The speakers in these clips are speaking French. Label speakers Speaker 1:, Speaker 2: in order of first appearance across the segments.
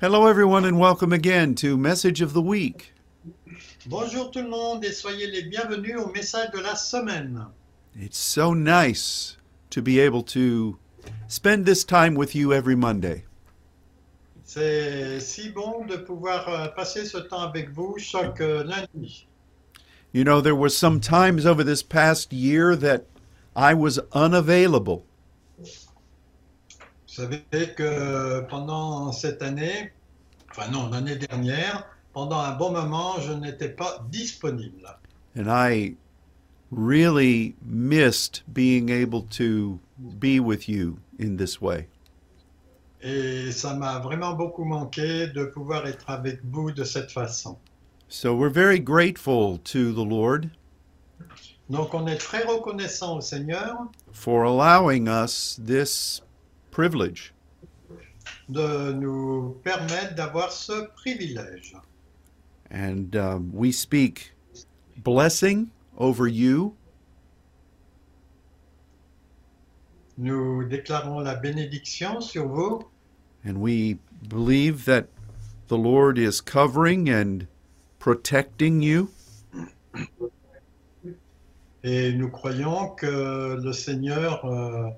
Speaker 1: Hello, everyone, and welcome again to Message of the Week.
Speaker 2: Bonjour tout le monde et soyez les bienvenus au message de la semaine.
Speaker 1: It's so nice to be able to spend this time with you every Monday.
Speaker 2: C'est si bon de pouvoir euh, passer ce temps avec vous chaque euh, lundi.
Speaker 1: You know, there were some times over this past year that I was unavailable.
Speaker 2: Vous savez que pendant cette année, enfin non, l'année dernière, pendant un bon moment, je n'étais pas disponible.
Speaker 1: And I really missed being able to be with you in this way.
Speaker 2: Et ça m'a vraiment beaucoup manqué de pouvoir être avec vous de cette façon.
Speaker 1: So we're very grateful to the Lord
Speaker 2: Donc on est très reconnaissant au Seigneur
Speaker 1: for allowing us this privilege.
Speaker 2: de nous permettre d'avoir ce privilège.
Speaker 1: And um, we speak blessing over you
Speaker 2: Nous déclarons la bénédiction sur vous
Speaker 1: And we believe that the Lord is covering and protecting you.
Speaker 2: Et nous croyons que le Seigneur euh,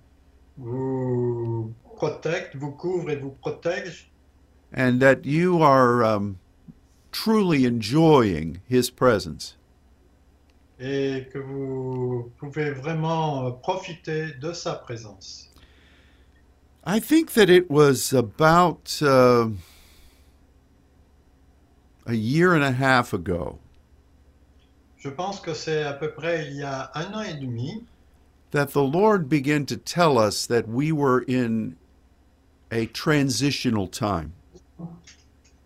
Speaker 2: vous protège, vous couvre et vous protège,
Speaker 1: And that you are um, truly enjoying His presence.
Speaker 2: et que vous pouvez vraiment euh, profiter de sa présence.
Speaker 1: I think that it was about uh, a year and a half ago
Speaker 2: Je pense que c'est à peu près il y a un an et demi
Speaker 1: that the Lord began to tell us that we were in a transitional time.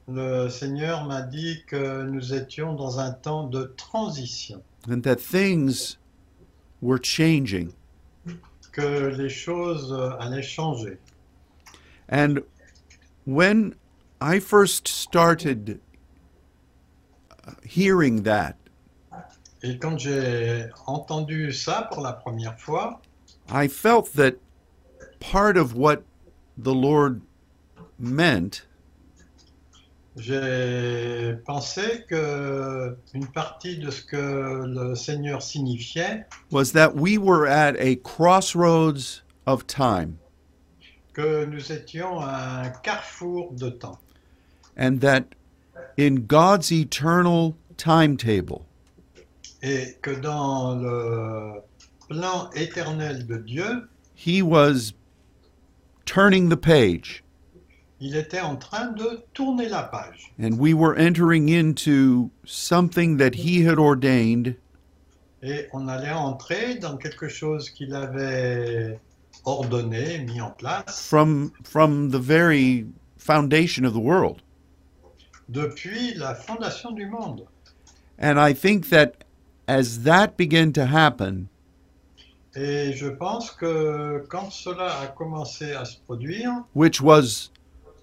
Speaker 2: le Seigneur m'a dit que nous étions dans un temps de transition,
Speaker 1: And that things were changing.
Speaker 2: que les choses euh, allaient changer.
Speaker 1: And when I first started uh, hearing that,
Speaker 2: Et quand j'ai entendu ça pour la première fois,
Speaker 1: I felt that part of what the Lord meant
Speaker 2: J'ai pensé que une partie de ce que le Seigneur signifiait,
Speaker 1: was that we were at a crossroads of time
Speaker 2: que nous étions à un carrefour de temps
Speaker 1: and that in God's eternal timetable,
Speaker 2: et que dans le plan éternel de Dieu,
Speaker 1: He was turning the page
Speaker 2: il était en train de tourner la page
Speaker 1: and we were entering into something that He had ordained
Speaker 2: et on allait entrer dans quelque chose qu'il avait ordonné, mis en place
Speaker 1: from from the very foundation of the world.
Speaker 2: depuis la fondation du monde.
Speaker 1: And I think that as that began to happen,
Speaker 2: Et je pense que quand cela a commencé à se produire,
Speaker 1: which was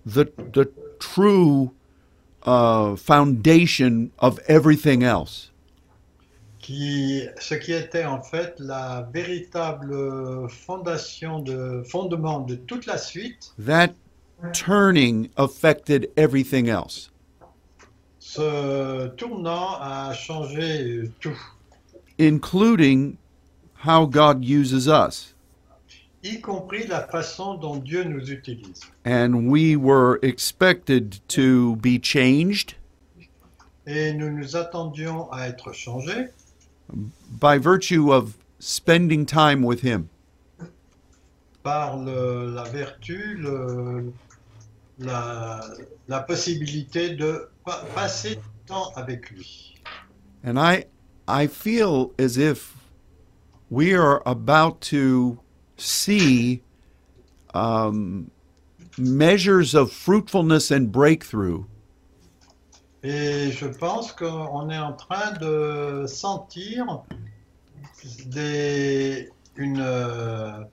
Speaker 1: the the true uh, foundation of everything else,
Speaker 2: qui, ce qui était en fait la véritable fondation de, fondement de toute la suite,
Speaker 1: that turning affected everything else.
Speaker 2: ce tournant a changé tout,
Speaker 1: Including how God uses us.
Speaker 2: y compris la façon dont Dieu nous utilise.
Speaker 1: And we were expected to be changed
Speaker 2: Et nous nous attendions à être changés
Speaker 1: by virtue of spending time with Him.
Speaker 2: par le- la vertu, le- la, la possibilité de pa- passer du temps avec lui.
Speaker 1: And I I feel as if we are about to see um, measures of fruitfulness and breakthrough
Speaker 2: Et je pense qu'on est en train de sentir des- une, euh,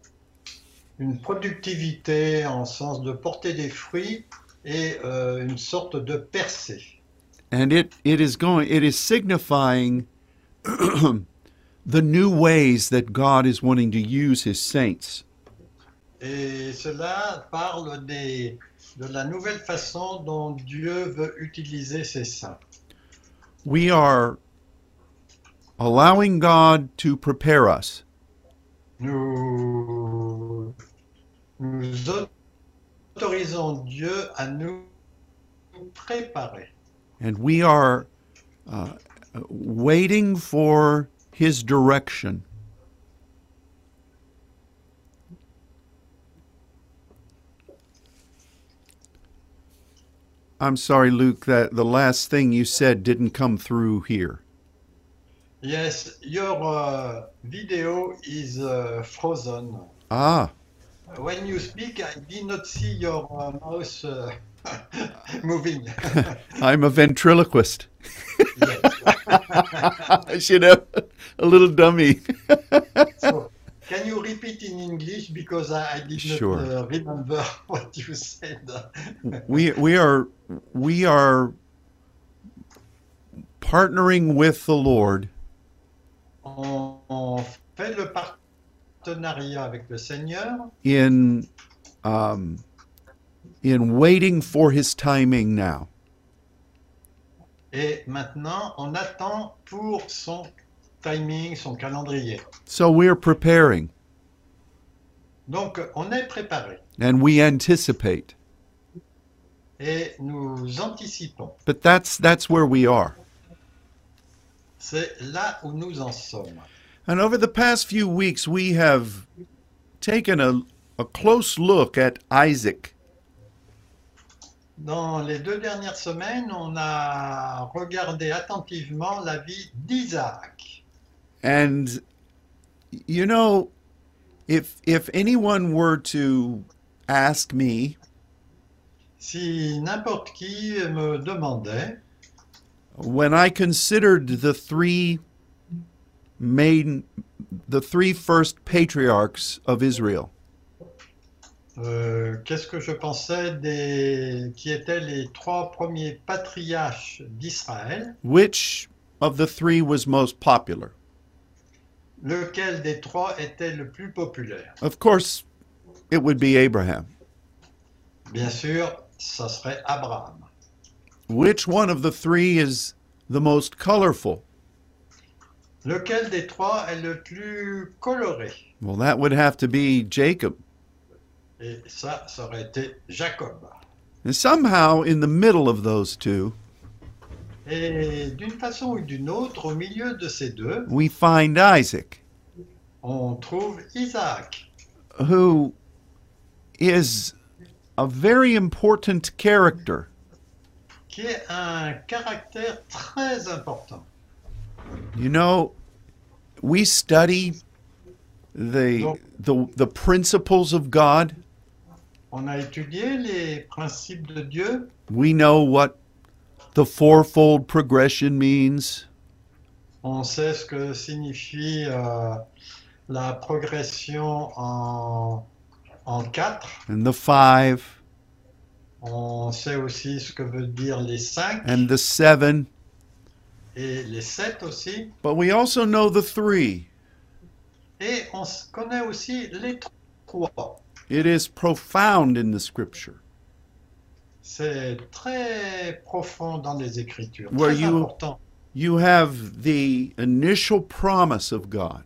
Speaker 2: une productivité en sens de porter des fruits et euh, une sorte de percée.
Speaker 1: and it, it is going it is signifying the new ways that God is wanting to use his saints.
Speaker 2: Et cela parle des, de la nouvelle façon dont Dieu veut utiliser ses saints.
Speaker 1: We are allowing God to prepare us.
Speaker 2: Nous, nous autorisons Dieu à nous préparer
Speaker 1: and we are uh, waiting for his direction. I'm sorry, Luke, that the last thing you said didn't come through here.
Speaker 2: Yes, your uh, video is uh, frozen.
Speaker 1: Ah,
Speaker 2: When you speak, I did not see your uh, mouse uh, moving.
Speaker 1: I'm a ventriloquist.
Speaker 2: Yes.
Speaker 1: I should have a little dummy.
Speaker 2: So, can you repeat in English because I, I did not
Speaker 1: Sure. Hmm.
Speaker 2: uh, remember what you said.
Speaker 1: we we are we are partnering with the Lord
Speaker 2: On, on fait le partenariat avec le Seigneur
Speaker 1: in um, in waiting for His timing now.
Speaker 2: et maintenant on attend pour son timing, son calendrier.
Speaker 1: So we are preparing
Speaker 2: Donc on est préparé
Speaker 1: and we anticipate,
Speaker 2: et nous anticipons.
Speaker 1: but that's that's where we are.
Speaker 2: C'est là où nous en sommes.
Speaker 1: And over the past few weeks, we have taken a a close look at Isaac.
Speaker 2: Dans les deux dernières semaines, on a regardé attentivement la vie d'Isaac.
Speaker 1: And you know, if if anyone were to ask me,
Speaker 2: Si n'importe qui me demandait,
Speaker 1: when I considered the three main the three first patriarchs of Israel,
Speaker 2: euh, qu'est-ce que je pensais des qui étaient les trois premiers patriarches d'Israël,
Speaker 1: which of the three was most popular?
Speaker 2: lequel des trois était le plus populaire
Speaker 1: Of course, it would be Abraham.
Speaker 2: Bien sûr, ça serait Abraham.
Speaker 1: Which one of the three is the most colorful?
Speaker 2: Lequel des trois est le plus coloré
Speaker 1: Well, that would have to be Jacob.
Speaker 2: Et ça, ça aurait été Jacob.
Speaker 1: And somehow in the middle of those two,
Speaker 2: Et d'une façon ou d'une autre, au milieu de ces deux,
Speaker 1: we find Isaac,
Speaker 2: on trouve Isaac,
Speaker 1: who is a very important character
Speaker 2: qui est un caractère très important.
Speaker 1: You know, we study the
Speaker 2: No.
Speaker 1: the the principles of God.
Speaker 2: On a étudié les principes de Dieu,
Speaker 1: We know what the fourfold progression means.
Speaker 2: on sait ce que signifie euh, la progression en, en quatre,
Speaker 1: And the five
Speaker 2: on sait aussi ce que veut dire les cinq
Speaker 1: and the seven,
Speaker 2: et les sept aussi,
Speaker 1: but we also know the three.
Speaker 2: et on s- connaît aussi les trois.
Speaker 1: It is profound in the scripture
Speaker 2: C'est très profond dans les Écritures,
Speaker 1: Were
Speaker 2: très
Speaker 1: you-
Speaker 2: important.
Speaker 1: you have the initial promise of God,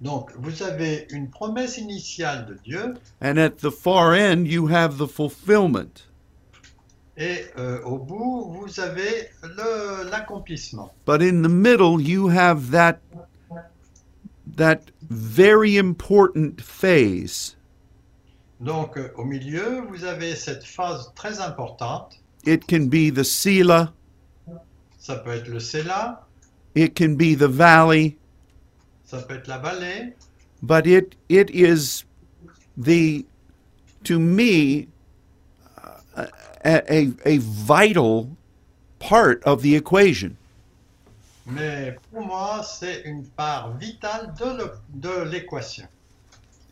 Speaker 2: Donc, vous avez une promesse initiale de Dieu
Speaker 1: and at the far end you have the fulfillment.
Speaker 2: et euh, au bout, vous avez le- l'accomplissement.
Speaker 1: But in the middle, you have that that very important phase.
Speaker 2: Donc, euh, au milieu, vous avez cette phase très importante.
Speaker 1: It can be the Sela,
Speaker 2: Ça peut être le Séla,
Speaker 1: it can be the valley,
Speaker 2: ça peut être la vallée,
Speaker 1: but it it is the to me uh, a, a, a vital part of the equation.
Speaker 2: mais pour moi, c'est une part vitale de le- de l'équation.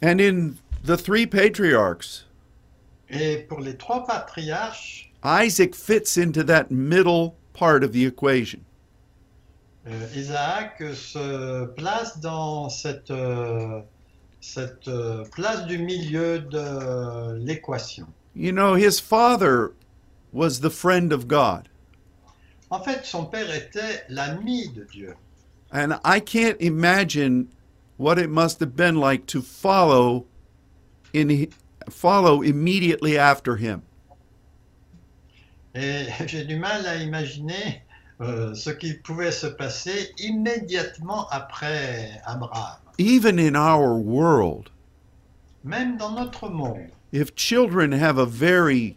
Speaker 1: And in the three patriarchs,
Speaker 2: Et pour les trois patriarches,
Speaker 1: Isaac fits into that middle part of the equation.
Speaker 2: euh, Isaac euh, se place dans cette, euh, cette euh, place du milieu de l'équation.
Speaker 1: You know, his father was the friend of God.
Speaker 2: En fait, son père était l'ami de Dieu.
Speaker 1: And I can't imagine what it must have been like to follow in follow immediately after him.
Speaker 2: Et j'ai du mal à imaginer euh, ce qui pouvait se passer immédiatement après Abraham.
Speaker 1: Even in our world,
Speaker 2: Même dans notre monde,
Speaker 1: if children have a very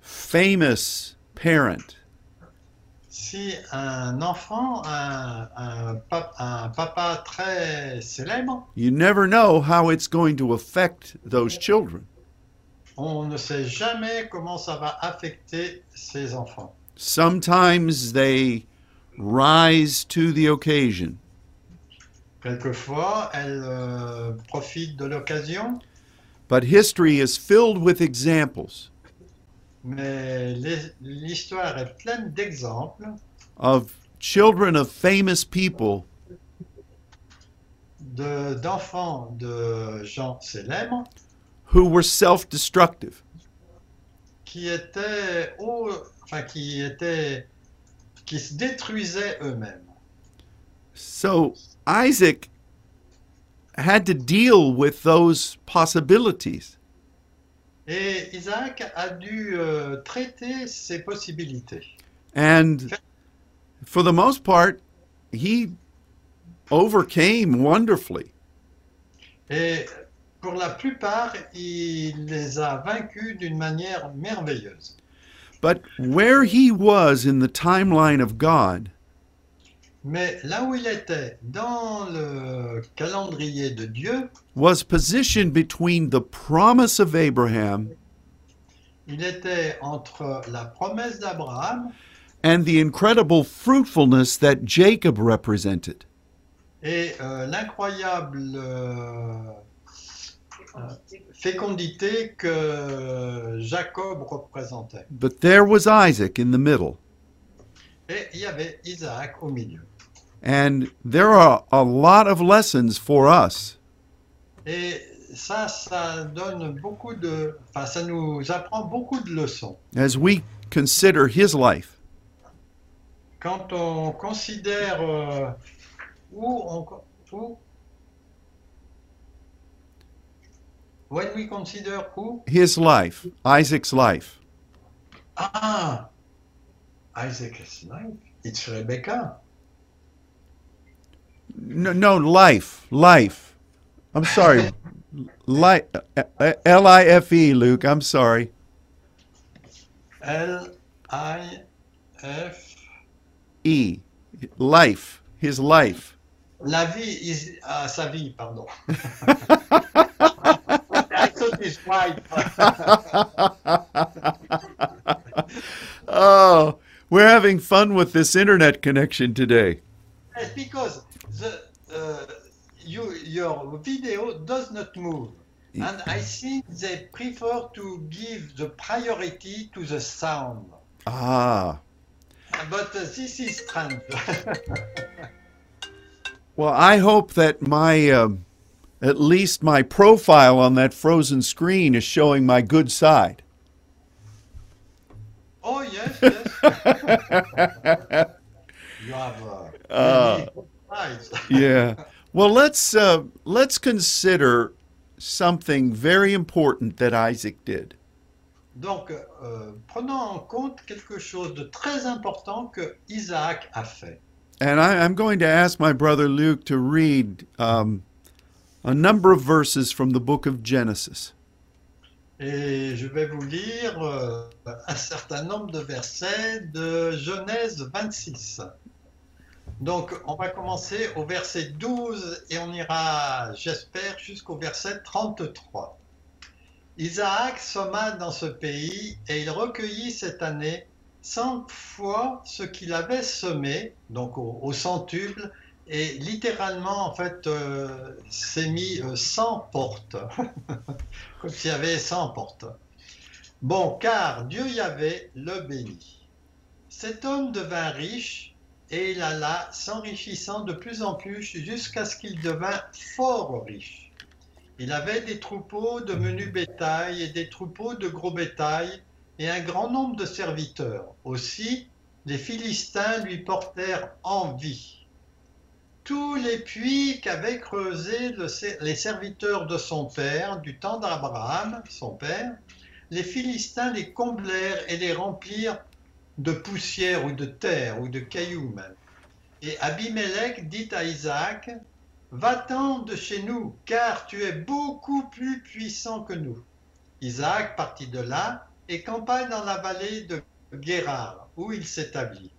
Speaker 1: famous parent,
Speaker 2: si un enfant a un, un pa- un papa très célèbre,
Speaker 1: you never know how it's going to affect those children.
Speaker 2: on ne sait jamais comment ça va affecter ses enfants.
Speaker 1: Sometimes they rise to the occasion.
Speaker 2: Quelquefois, elle euh, profite de l'occasion,
Speaker 1: But history is filled with examples
Speaker 2: mais les- l'histoire est pleine d'exemples
Speaker 1: of children of famous people
Speaker 2: de- d'enfants de gens célèbres
Speaker 1: who were self destructive.
Speaker 2: qui étaient, au- enfin, qui étaient, qui se détruisaient eux-mêmes.
Speaker 1: So Isaac had to deal with those possibilities.
Speaker 2: Et Isaac a dû euh, traiter ces possibilités.
Speaker 1: And for the most part, he overcame wonderfully.
Speaker 2: Et pour la plupart, il les a vaincus d'une manière merveilleuse.
Speaker 1: But where he was in the timeline of God,
Speaker 2: Mais là où il était, dans le calendrier de Dieu,
Speaker 1: was positioned between the promise of Abraham
Speaker 2: il était entre la promesse d'Abraham
Speaker 1: and the incredible fruitfulness that Jacob represented.
Speaker 2: et euh, l'incroyable euh, euh, fécondité que Jacob représentait.
Speaker 1: But there was Isaac in the middle.
Speaker 2: Et il y avait Isaac au milieu.
Speaker 1: And there are a lot of lessons for us
Speaker 2: Et ça, ça donne beaucoup de, enfin, ça nous apprend beaucoup de leçons.
Speaker 1: as we consider his life.
Speaker 2: Quand on considère euh, où on, où, when we consider who,
Speaker 1: His life, Isaac's life.
Speaker 2: ah, Isaac's life, it's Rebecca.
Speaker 1: No, no life, life. I'm sorry. Li- uh, L I F E, Luke. I'm sorry.
Speaker 2: L I F.
Speaker 1: E. Life. His life.
Speaker 2: La vie, is- ah, sa vie, pardon. I thought it's right.
Speaker 1: Oh, we're having fun with this internet connection today.
Speaker 2: Yes, because the uh, you your video does not move, and I think they prefer to give the priority to the sound.
Speaker 1: Ah.
Speaker 2: But uh, this is strange.
Speaker 1: Well, I hope that my, um, at least my profile on that frozen screen is showing my good side.
Speaker 2: oh yes, yes. you have uh,
Speaker 1: Ah.
Speaker 2: many eyes.
Speaker 1: yeah. Well, let's uh, let's consider something very important that Isaac did.
Speaker 2: Donc, euh, prenons en compte quelque chose de très important que Isaac a fait.
Speaker 1: And I, I'm going to ask my brother Luke to read um, a number of verses from the book of Genesis.
Speaker 2: Et je vais vous lire euh, un certain nombre de versets de Genèse 26. Donc, on va commencer au verset 12 et on ira, j'espère, jusqu'au verset 33. Isaac sema dans ce pays et il recueillit cette année cent fois ce qu'il avait semé, donc au, au centuple, et littéralement, en fait, euh, s'est mis euh, sans porte comme s'il y avait 100 portes. Bon, car Dieu y avait le béni. Cet homme devint riche et il alla s'enrichissant de plus en plus jusqu'à ce qu'il devint fort riche. Il avait des troupeaux de menu bétail et des troupeaux de gros bétail et un grand nombre de serviteurs. Aussi, les Philistins lui portèrent envie. Tous les puits qu'avaient creusés le- les serviteurs de son père, du temps d'Abraham, son père, les Philistins les comblèrent et les remplirent de poussière ou de terre ou de cailloux même. Et Abimelech dit à Isaac, Va-t'en de chez nous, car tu es beaucoup plus puissant que nous. Isaac partit de là et campa dans la vallée de Guérard, où il s'établit.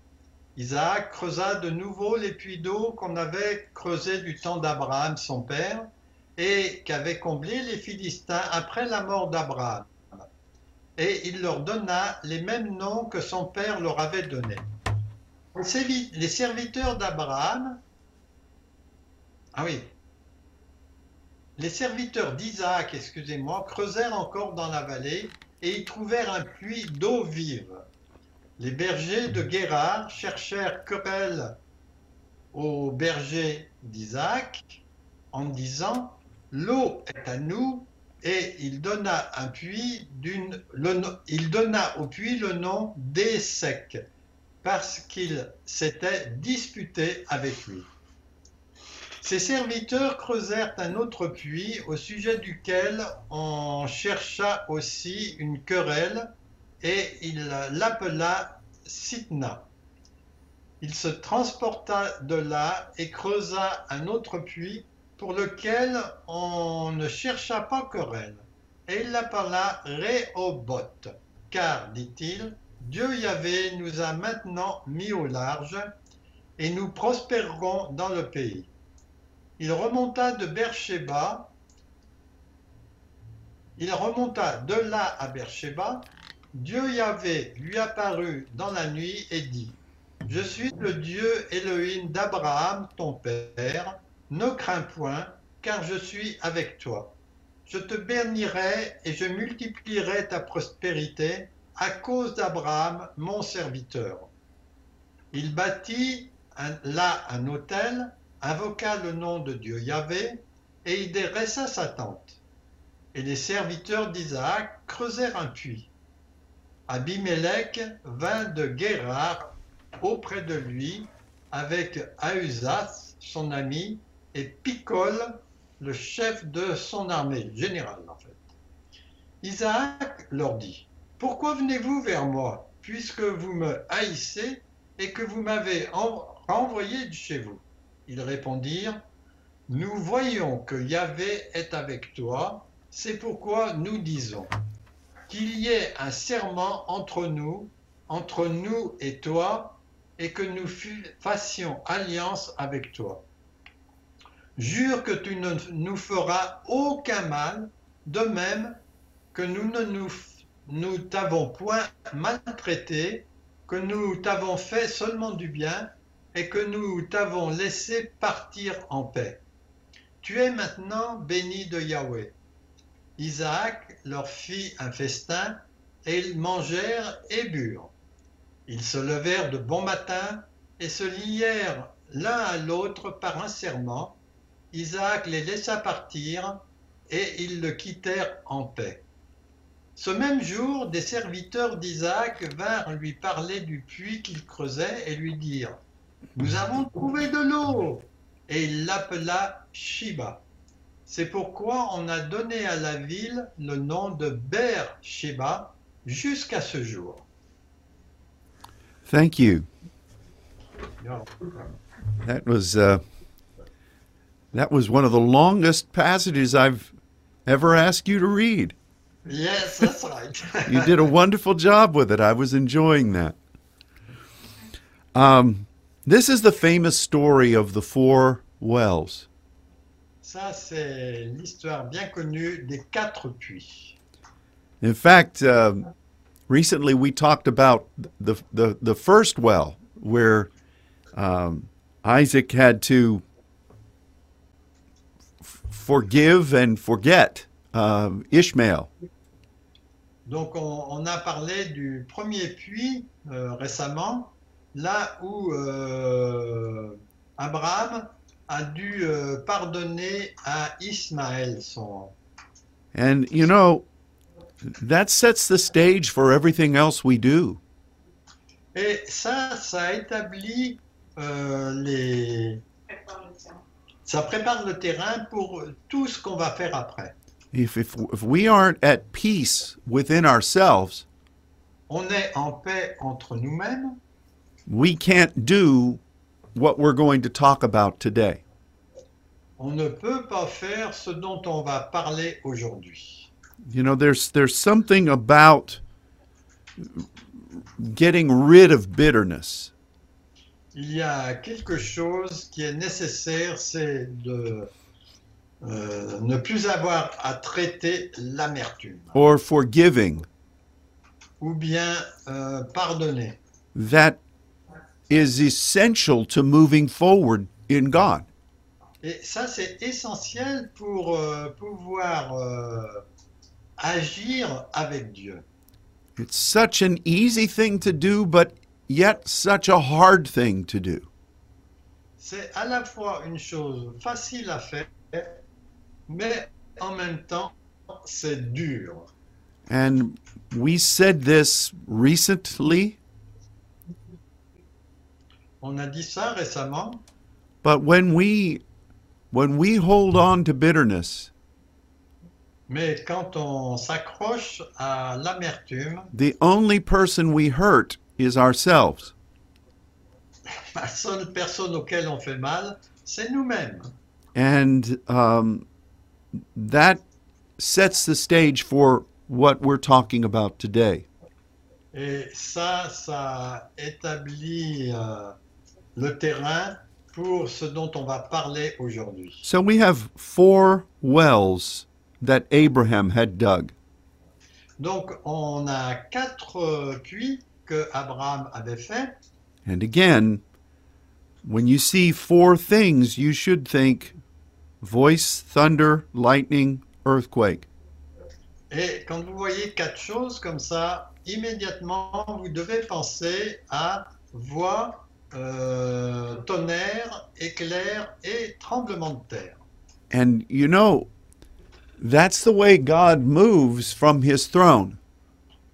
Speaker 2: Isaac creusa de nouveau les puits d'eau qu'on avait creusés du temps d'Abraham, son père, et qu'avaient comblés les Philistins après la mort d'Abraham. Et il leur donna les mêmes noms que son père leur avait donnés. Les servi- Les serviteurs d'Abraham, ah oui, les serviteurs d'Isaac, excusez-moi, creusèrent encore dans la vallée et y trouvèrent un puits d'eau vive. Les bergers de Guérard cherchèrent querelle aux bergers d'Isaac en disant L'eau est à nous, et il donna, un puits d'une- le no- il donna au puits le nom d'Essec, parce qu'il s'était disputé avec lui. Ses serviteurs creusèrent un autre puits au sujet duquel on chercha aussi une querelle et il l'appela Sitna. Il se transporta de là et creusa un autre puits pour lequel on ne chercha pas querelle et il l'appela Rehoboth car, dit-il, Dieu Yahvé nous a maintenant mis au large et nous prospérerons dans le pays. Il remonta de Beersheba. Il remonta de là à Beersheba. Dieu Yahvé lui apparut dans la nuit et dit Je suis le Dieu Elohim d'Abraham, ton père. Ne crains point, car je suis avec toi. Je te bénirai et je multiplierai ta prospérité à cause d'Abraham, mon serviteur. Il bâtit un- là un autel invoqua le nom de Dieu Yahvé, et il dressa sa tente. Et les serviteurs d'Isaac creusèrent un puits. Abimelech vint de Guérard auprès de lui avec Ahuzas, son ami, et Picol, le chef de son armée, le général en fait. Isaac leur dit, Pourquoi venez-vous vers moi, puisque vous me haïssez et que vous m'avez en- renvoyé de chez vous ils répondirent, Nous voyons que Yahvé est avec toi, c'est pourquoi nous disons qu'il y ait un serment entre nous, entre nous et toi, et que nous fu- fassions alliance avec toi. Jure que tu ne nous feras aucun mal, de même que nous ne nous, f- nous t'avons point maltraité, que nous t'avons fait seulement du bien, et que nous t'avons laissé partir en paix. Tu es maintenant béni de Yahweh. Isaac leur fit un festin, et ils mangèrent et burent. Ils se levèrent de bon matin et se lièrent l'un à l'autre par un serment. Isaac les laissa partir, et ils le quittèrent en paix. Ce même jour, des serviteurs d'Isaac vinrent lui parler du puits qu'il creusait et lui dirent nous avons trouvé de l'eau. Et il l'appela Shiba. C'est pourquoi on a donné à la ville le nom de Beer-Sheba jusqu'à ce jour.
Speaker 1: Thank you. That was uh, that was one of the longest passages I've ever asked you to read.
Speaker 2: Yes, that's right.
Speaker 1: You did a wonderful job with it. I was enjoying that. Um, this is the famous story of the four wells.
Speaker 2: Ça, c'est l'histoire bien connue des quatre puits.
Speaker 1: In fact, uh, recently we talked about the the, the first well where um, Isaac had to f- forgive and forget um, Ishmael.
Speaker 2: Donc, on, on a parlé du premier puits euh, récemment, là où euh, Abraham a dû euh, pardonner à Ismaël son.
Speaker 1: And you know, that sets the stage for everything else we do.
Speaker 2: Et ça, ça établit euh, les. Ça prépare le terrain pour tout ce qu'on va faire après.
Speaker 1: If, if, if we aren't at peace within ourselves,
Speaker 2: On est en paix entre nous-mêmes,
Speaker 1: we can't do what we're going to talk about today.
Speaker 2: on ne peut pas faire ce dont on va parler aujourd'hui.
Speaker 1: You know, there's there's something about getting rid of bitterness.
Speaker 2: Il y a quelque chose qui est nécessaire, c'est de euh, ne plus avoir à traiter l'amertume
Speaker 1: or forgiving
Speaker 2: ou bien euh, pardonner.
Speaker 1: that is essential to moving forward in God.
Speaker 2: Et ça, c'est essentiel pour euh, pouvoir euh, agir avec Dieu.
Speaker 1: It's such an easy thing to do, but yet such a hard thing to do.
Speaker 2: C'est à la fois une chose facile à faire, mais en même temps, c'est dur.
Speaker 1: And we said this recently,
Speaker 2: On a dit ça récemment,
Speaker 1: but when we when we hold on to bitterness,
Speaker 2: mais quand on s'accroche à l'amertume,
Speaker 1: the only person we hurt is ourselves.
Speaker 2: la seule personne auquel on fait mal, c'est nous-mêmes.
Speaker 1: And um, that sets the stage for what we're talking about today.
Speaker 2: Et ça, ça établit euh, le terrain pour ce dont on va parler aujourd'hui.
Speaker 1: So we have four wells that Abraham had dug.
Speaker 2: Donc, on a quatre euh, puits que Abraham avait fait.
Speaker 1: And again, when you see four things, you should think voice, thunder, lightning, earthquake.
Speaker 2: Et quand vous voyez quatre choses comme ça, immédiatement, vous devez penser à voix, euh, tonnerre, éclair et tremblement de terre.
Speaker 1: And you know, that's the way God moves from his throne.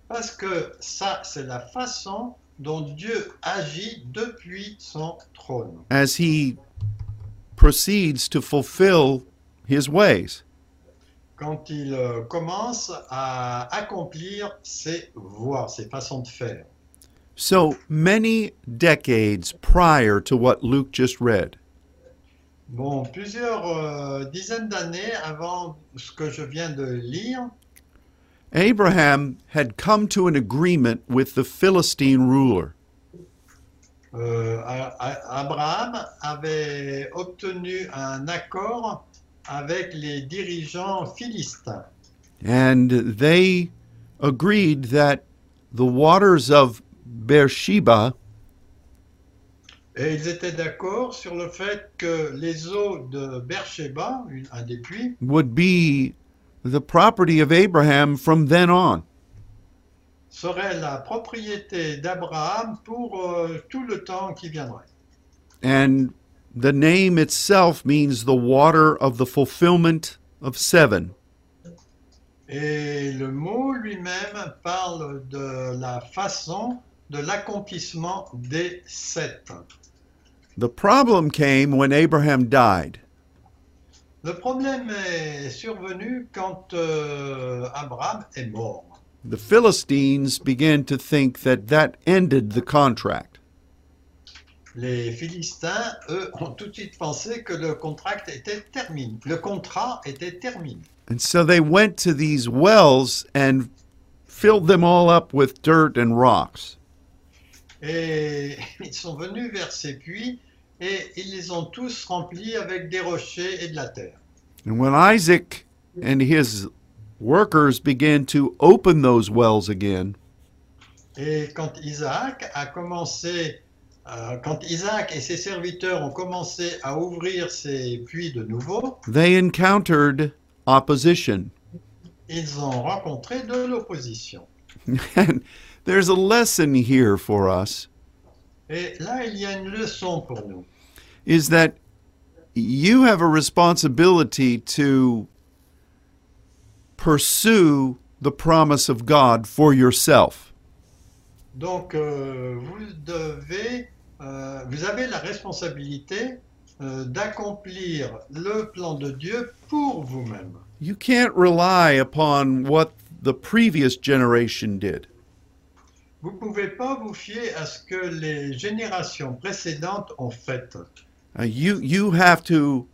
Speaker 2: Parce que ça, c'est la façon dont Dieu agit depuis son trône,
Speaker 1: as he proceeds to fulfill his ways.
Speaker 2: quand il euh, commence à accomplir ses voies, ses façons de faire.
Speaker 1: So many decades prior to what Luke just read,
Speaker 2: Bon, plusieurs euh, dizaines d'années avant ce que je viens de lire,
Speaker 1: Abraham had come to an agreement with the Philistine ruler.
Speaker 2: Euh, A- A- Abraham avait obtenu un accord avec les dirigeants philistins.
Speaker 1: And they agreed that the waters of Beersheba
Speaker 2: Et ils étaient d'accord sur le fait que les eaux de Beersheba, une- un des puits,
Speaker 1: would be the property of Abraham from then on.
Speaker 2: seraient la propriété d'Abraham pour euh, tout le temps qui viendrait.
Speaker 1: And the name itself means the water of the fulfillment of seven.
Speaker 2: Et le mot lui-même parle de la façon de l'accomplissement des sept.
Speaker 1: The problem came when Abraham died,
Speaker 2: Le problème est survenu quand euh, Abraham est mort.
Speaker 1: the Philistines began to think that that ended the contract.
Speaker 2: Les Philistins, eux, ont tout de suite pensé que le contrat était terminé. Le contrat était terminé.
Speaker 1: And so they went to these wells and filled them all up with dirt and rocks.
Speaker 2: Et ils sont venus vers ces puits et ils les ont tous remplis avec des rochers et de la terre.
Speaker 1: And when Isaac and his workers began to open those wells again,
Speaker 2: Et quand Isaac a commencé, euh, quand Isaac et ses serviteurs ont commencé à ouvrir ces puits de nouveau,
Speaker 1: they encountered opposition.
Speaker 2: ils ont rencontré de l'opposition.
Speaker 1: and there's a lesson here for us
Speaker 2: Et là, il y a une leçon pour nous.
Speaker 1: is that you have a responsibility to pursue the promise of God for yourself.
Speaker 2: Donc, euh, vous devez, euh, vous avez la responsabilité euh, d'accomplir le plan de Dieu pour vous-même.
Speaker 1: You can't rely upon what the previous generation did.
Speaker 2: Vous ne pouvez pas vous fier à ce que les générations précédentes ont fait.
Speaker 1: Uh, you you have to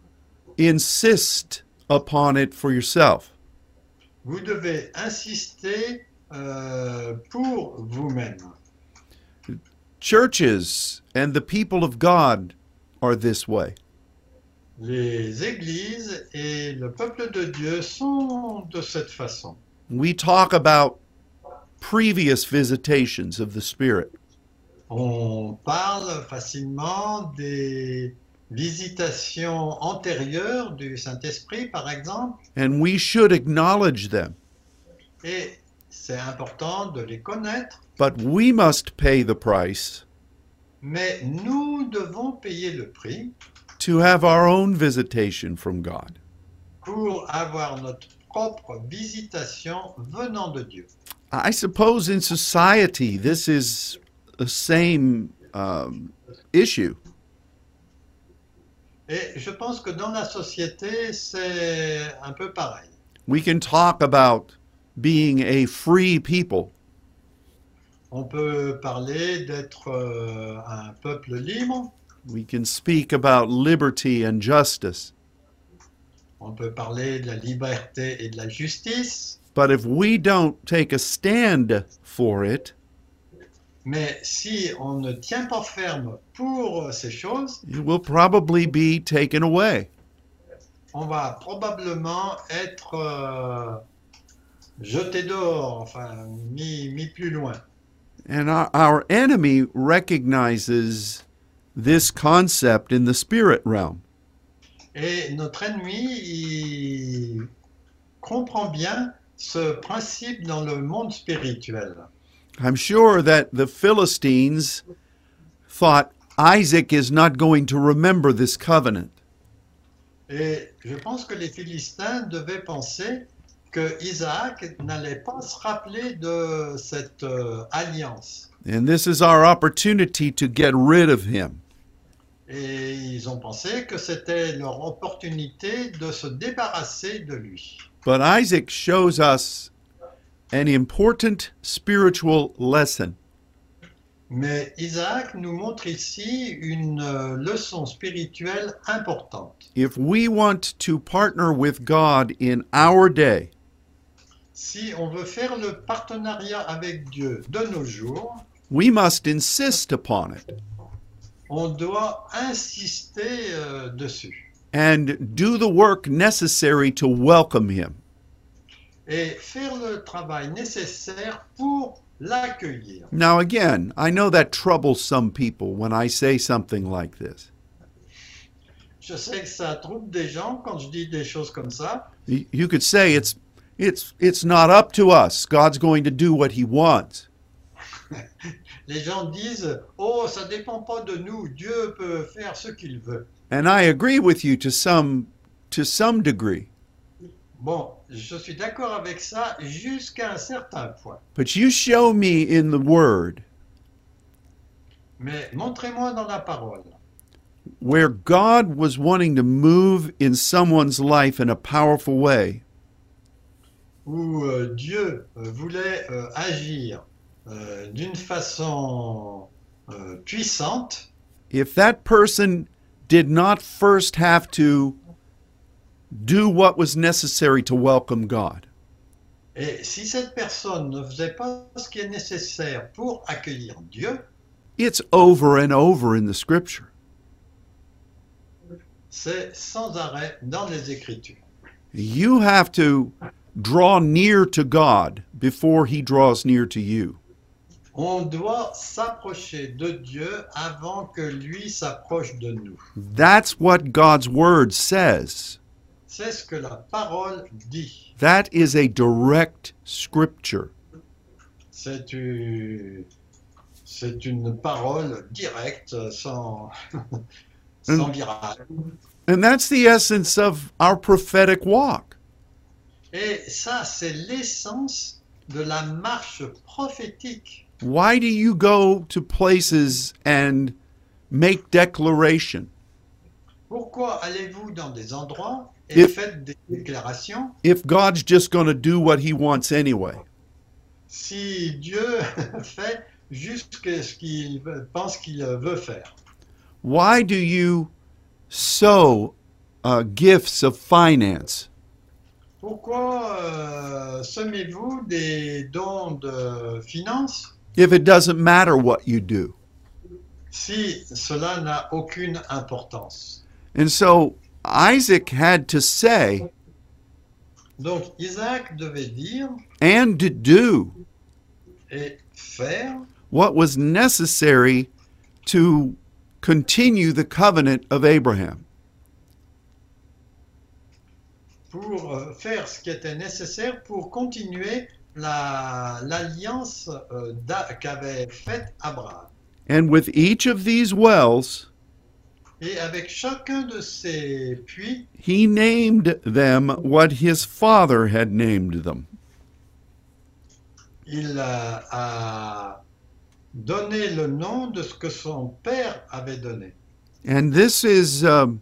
Speaker 1: insist upon it for yourself.
Speaker 2: Vous devez insister euh, pour vous-même.
Speaker 1: Churches and the people of God are this way.
Speaker 2: Les églises et le peuple de Dieu sont de cette façon.
Speaker 1: We talk about previous visitations of the Spirit.
Speaker 2: On parle facilement des visitations antérieures du Saint-Esprit, par exemple,
Speaker 1: and we should acknowledge them.
Speaker 2: et c'est important de les connaître,
Speaker 1: But we must pay the price
Speaker 2: mais nous devons payer le prix
Speaker 1: to have our own visitation from God.
Speaker 2: pour avoir notre propre visitation venant de Dieu.
Speaker 1: I suppose in society this is the same um, issue.
Speaker 2: Et je pense que dans la société, c'est un peu pareil.
Speaker 1: We can talk about being a free people,
Speaker 2: On peut parler d'être euh, un peuple libre,
Speaker 1: we can speak about liberty and justice.
Speaker 2: on peut parler de la liberté et de la justice,
Speaker 1: But if we don't take a stand for it,
Speaker 2: Mais si on ne tient pas ferme pour ces choses,
Speaker 1: it will probably be taken away.
Speaker 2: on va probablement être euh, jeté dehors, enfin mis, mis plus loin.
Speaker 1: And our, our enemy recognizes this concept in the spirit realm.
Speaker 2: Et notre ennemi, il comprend bien ce principe dans le monde spirituel.
Speaker 1: I'm sure that the Philistines thought Isaac is not going to remember this covenant.
Speaker 2: Et je pense que les Philistins devaient penser que Isaac n'allait pas se rappeler de cette euh, alliance.
Speaker 1: And this is our opportunity to get rid of him.
Speaker 2: Et ils ont pensé que c'était leur opportunité de se débarrasser de lui.
Speaker 1: But Isaac shows us an important spiritual lesson.
Speaker 2: Mais Isaac nous montre ici une euh, leçon spirituelle importante.
Speaker 1: If we want to partner with God in our day,
Speaker 2: Si on veut faire le partenariat avec Dieu de nos jours,
Speaker 1: we must insist upon it
Speaker 2: on doit insister euh, dessus
Speaker 1: and do the work necessary to welcome him.
Speaker 2: et faire le travail nécessaire pour l'accueillir.
Speaker 1: Now, again, I know that troubles some people when I say something like this.
Speaker 2: Je sais que ça trouble des gens quand je dis des choses comme ça,
Speaker 1: Y- You could say it's it's it's not up to us. God's going to do what he wants.
Speaker 2: Les gens disent Oh, ça dépend pas de nous, Dieu peut faire ce qu'il veut.
Speaker 1: And I agree with you to some to some degree.
Speaker 2: Bon, je suis d'accord avec ça jusqu'à un certain point.
Speaker 1: But you show me in the word
Speaker 2: Mais montrez-moi dans la parole
Speaker 1: where God was wanting to move in someone's life in a powerful way
Speaker 2: où euh, Dieu euh, voulait euh, agir euh, d'une façon euh, puissante
Speaker 1: if that person did not first have to do what was necessary to welcome God.
Speaker 2: et si cette personne ne faisait pas ce qui est nécessaire pour accueillir Dieu,
Speaker 1: It's over and over in the scripture.
Speaker 2: c'est sans arrêt dans les Écritures.
Speaker 1: You have to draw near to God before He draws near to you.
Speaker 2: On doit s'approcher de Dieu avant que lui s'approche de nous.
Speaker 1: That's what God's Word says.
Speaker 2: C'est ce que la parole dit.
Speaker 1: That is a direct scripture.
Speaker 2: C'est une, c'est une parole directe, sans, sans virage.
Speaker 1: And that's the essence of our prophetic walk.
Speaker 2: Et ça, c'est l'essence de la marche prophétique.
Speaker 1: Why do you go to places and make declaration
Speaker 2: Pourquoi allez-vous dans des endroits et
Speaker 1: Et-
Speaker 2: faites des déclarations
Speaker 1: if God's just going to do what he wants anyway?
Speaker 2: si Dieu fait juste ce qu'il pense qu'il veut faire
Speaker 1: Why do you sow uh, gifts of finance
Speaker 2: Pourquoi euh, semez-vous des dons de finances
Speaker 1: if it doesn't matter what you do?
Speaker 2: si cela n'a aucune importance
Speaker 1: And so Isaac had to say
Speaker 2: Donc Isaac devait dire
Speaker 1: and to do
Speaker 2: et faire
Speaker 1: what was necessary to continue the covenant of Abraham.
Speaker 2: pour euh, faire ce qui était nécessaire pour continuer la- l'alliance euh, d'A- qu'avait faite Abraham.
Speaker 1: And with each of these wells,
Speaker 2: Et avec chacun de ces puits,
Speaker 1: he named them what his father had named them.
Speaker 2: il euh, a donné le nom de ce que son père avait donné.
Speaker 1: And this is um,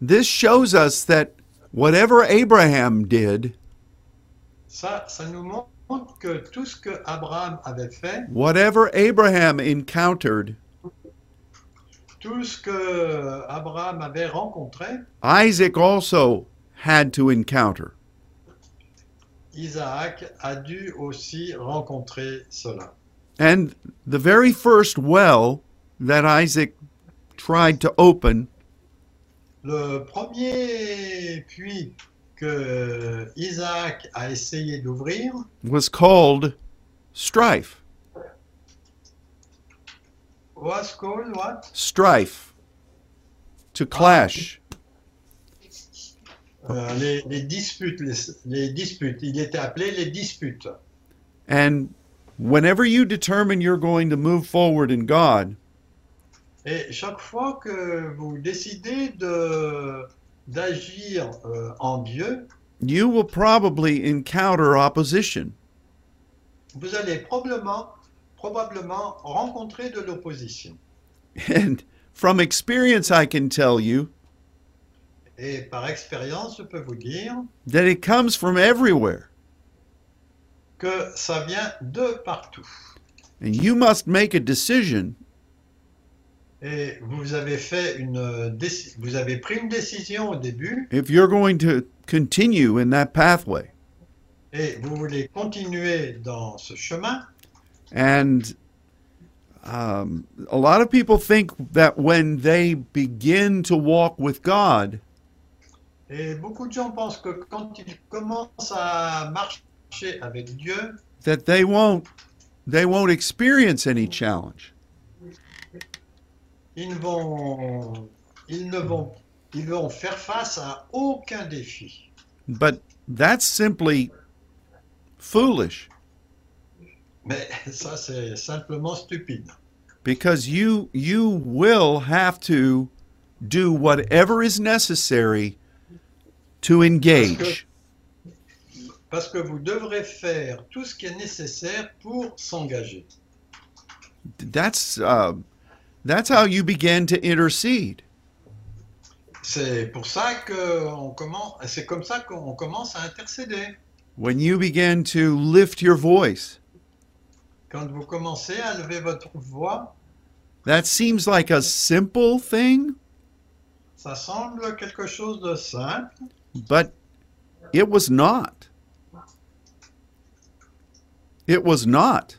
Speaker 1: this shows us that whatever Abraham did,
Speaker 2: Ça, ça nous montre que tout ce que Abraham avait fait,
Speaker 1: whatever Abraham encountered,
Speaker 2: tout ce que Abraham avait rencontré,
Speaker 1: Isaac also had to encounter.
Speaker 2: Isaac a dû aussi rencontrer cela.
Speaker 1: And the very first well that Isaac tried to open
Speaker 2: Le premier puits que Isaac a essayé d'ouvrir,
Speaker 1: was called strife.
Speaker 2: was called what?
Speaker 1: Strife. To clash.
Speaker 2: Euh, les, les disputes, les, les disputes. Il était appelé les disputes.
Speaker 1: And whenever you determine you're going to move forward in God,
Speaker 2: Et chaque fois que vous décidez de d'agir euh, en Dieu,
Speaker 1: you will probably encounter opposition.
Speaker 2: vous allez probablement, probablement rencontrer de l'opposition.
Speaker 1: And from experience, I can tell you
Speaker 2: Et par expérience, je peux vous dire
Speaker 1: that it comes from everywhere.
Speaker 2: que ça vient de partout.
Speaker 1: And you must make a decision
Speaker 2: Et vous avez fait une déci- vous avez pris une décision au début
Speaker 1: if you're going to continue in that pathway.
Speaker 2: et vous voulez continuer dans ce chemin.
Speaker 1: And um, a lot of people think that when they begin to walk with God,
Speaker 2: Et beaucoup de gens pensent que quand ils commencent à marcher avec Dieu,
Speaker 1: that they won't they won't experience any challenge.
Speaker 2: ils vont, ils ne vont, ils vont faire face à aucun défi.
Speaker 1: But that's simply foolish
Speaker 2: Mais ça, c'est simplement stupide.
Speaker 1: because you you will have to do whatever is necessary to engage.
Speaker 2: Parce que vous devrez faire tout ce qui est nécessaire pour s'engager.
Speaker 1: That's uh, that's how you begin to intercede.
Speaker 2: C'est pour ça que on commence, c'est comme ça qu'on commence à intercéder.
Speaker 1: When you begin to lift your voice,
Speaker 2: Quand vous commencez à lever votre voix,
Speaker 1: That seems like a simple thing,
Speaker 2: ça semble quelque chose de simple,
Speaker 1: but it was not. It was not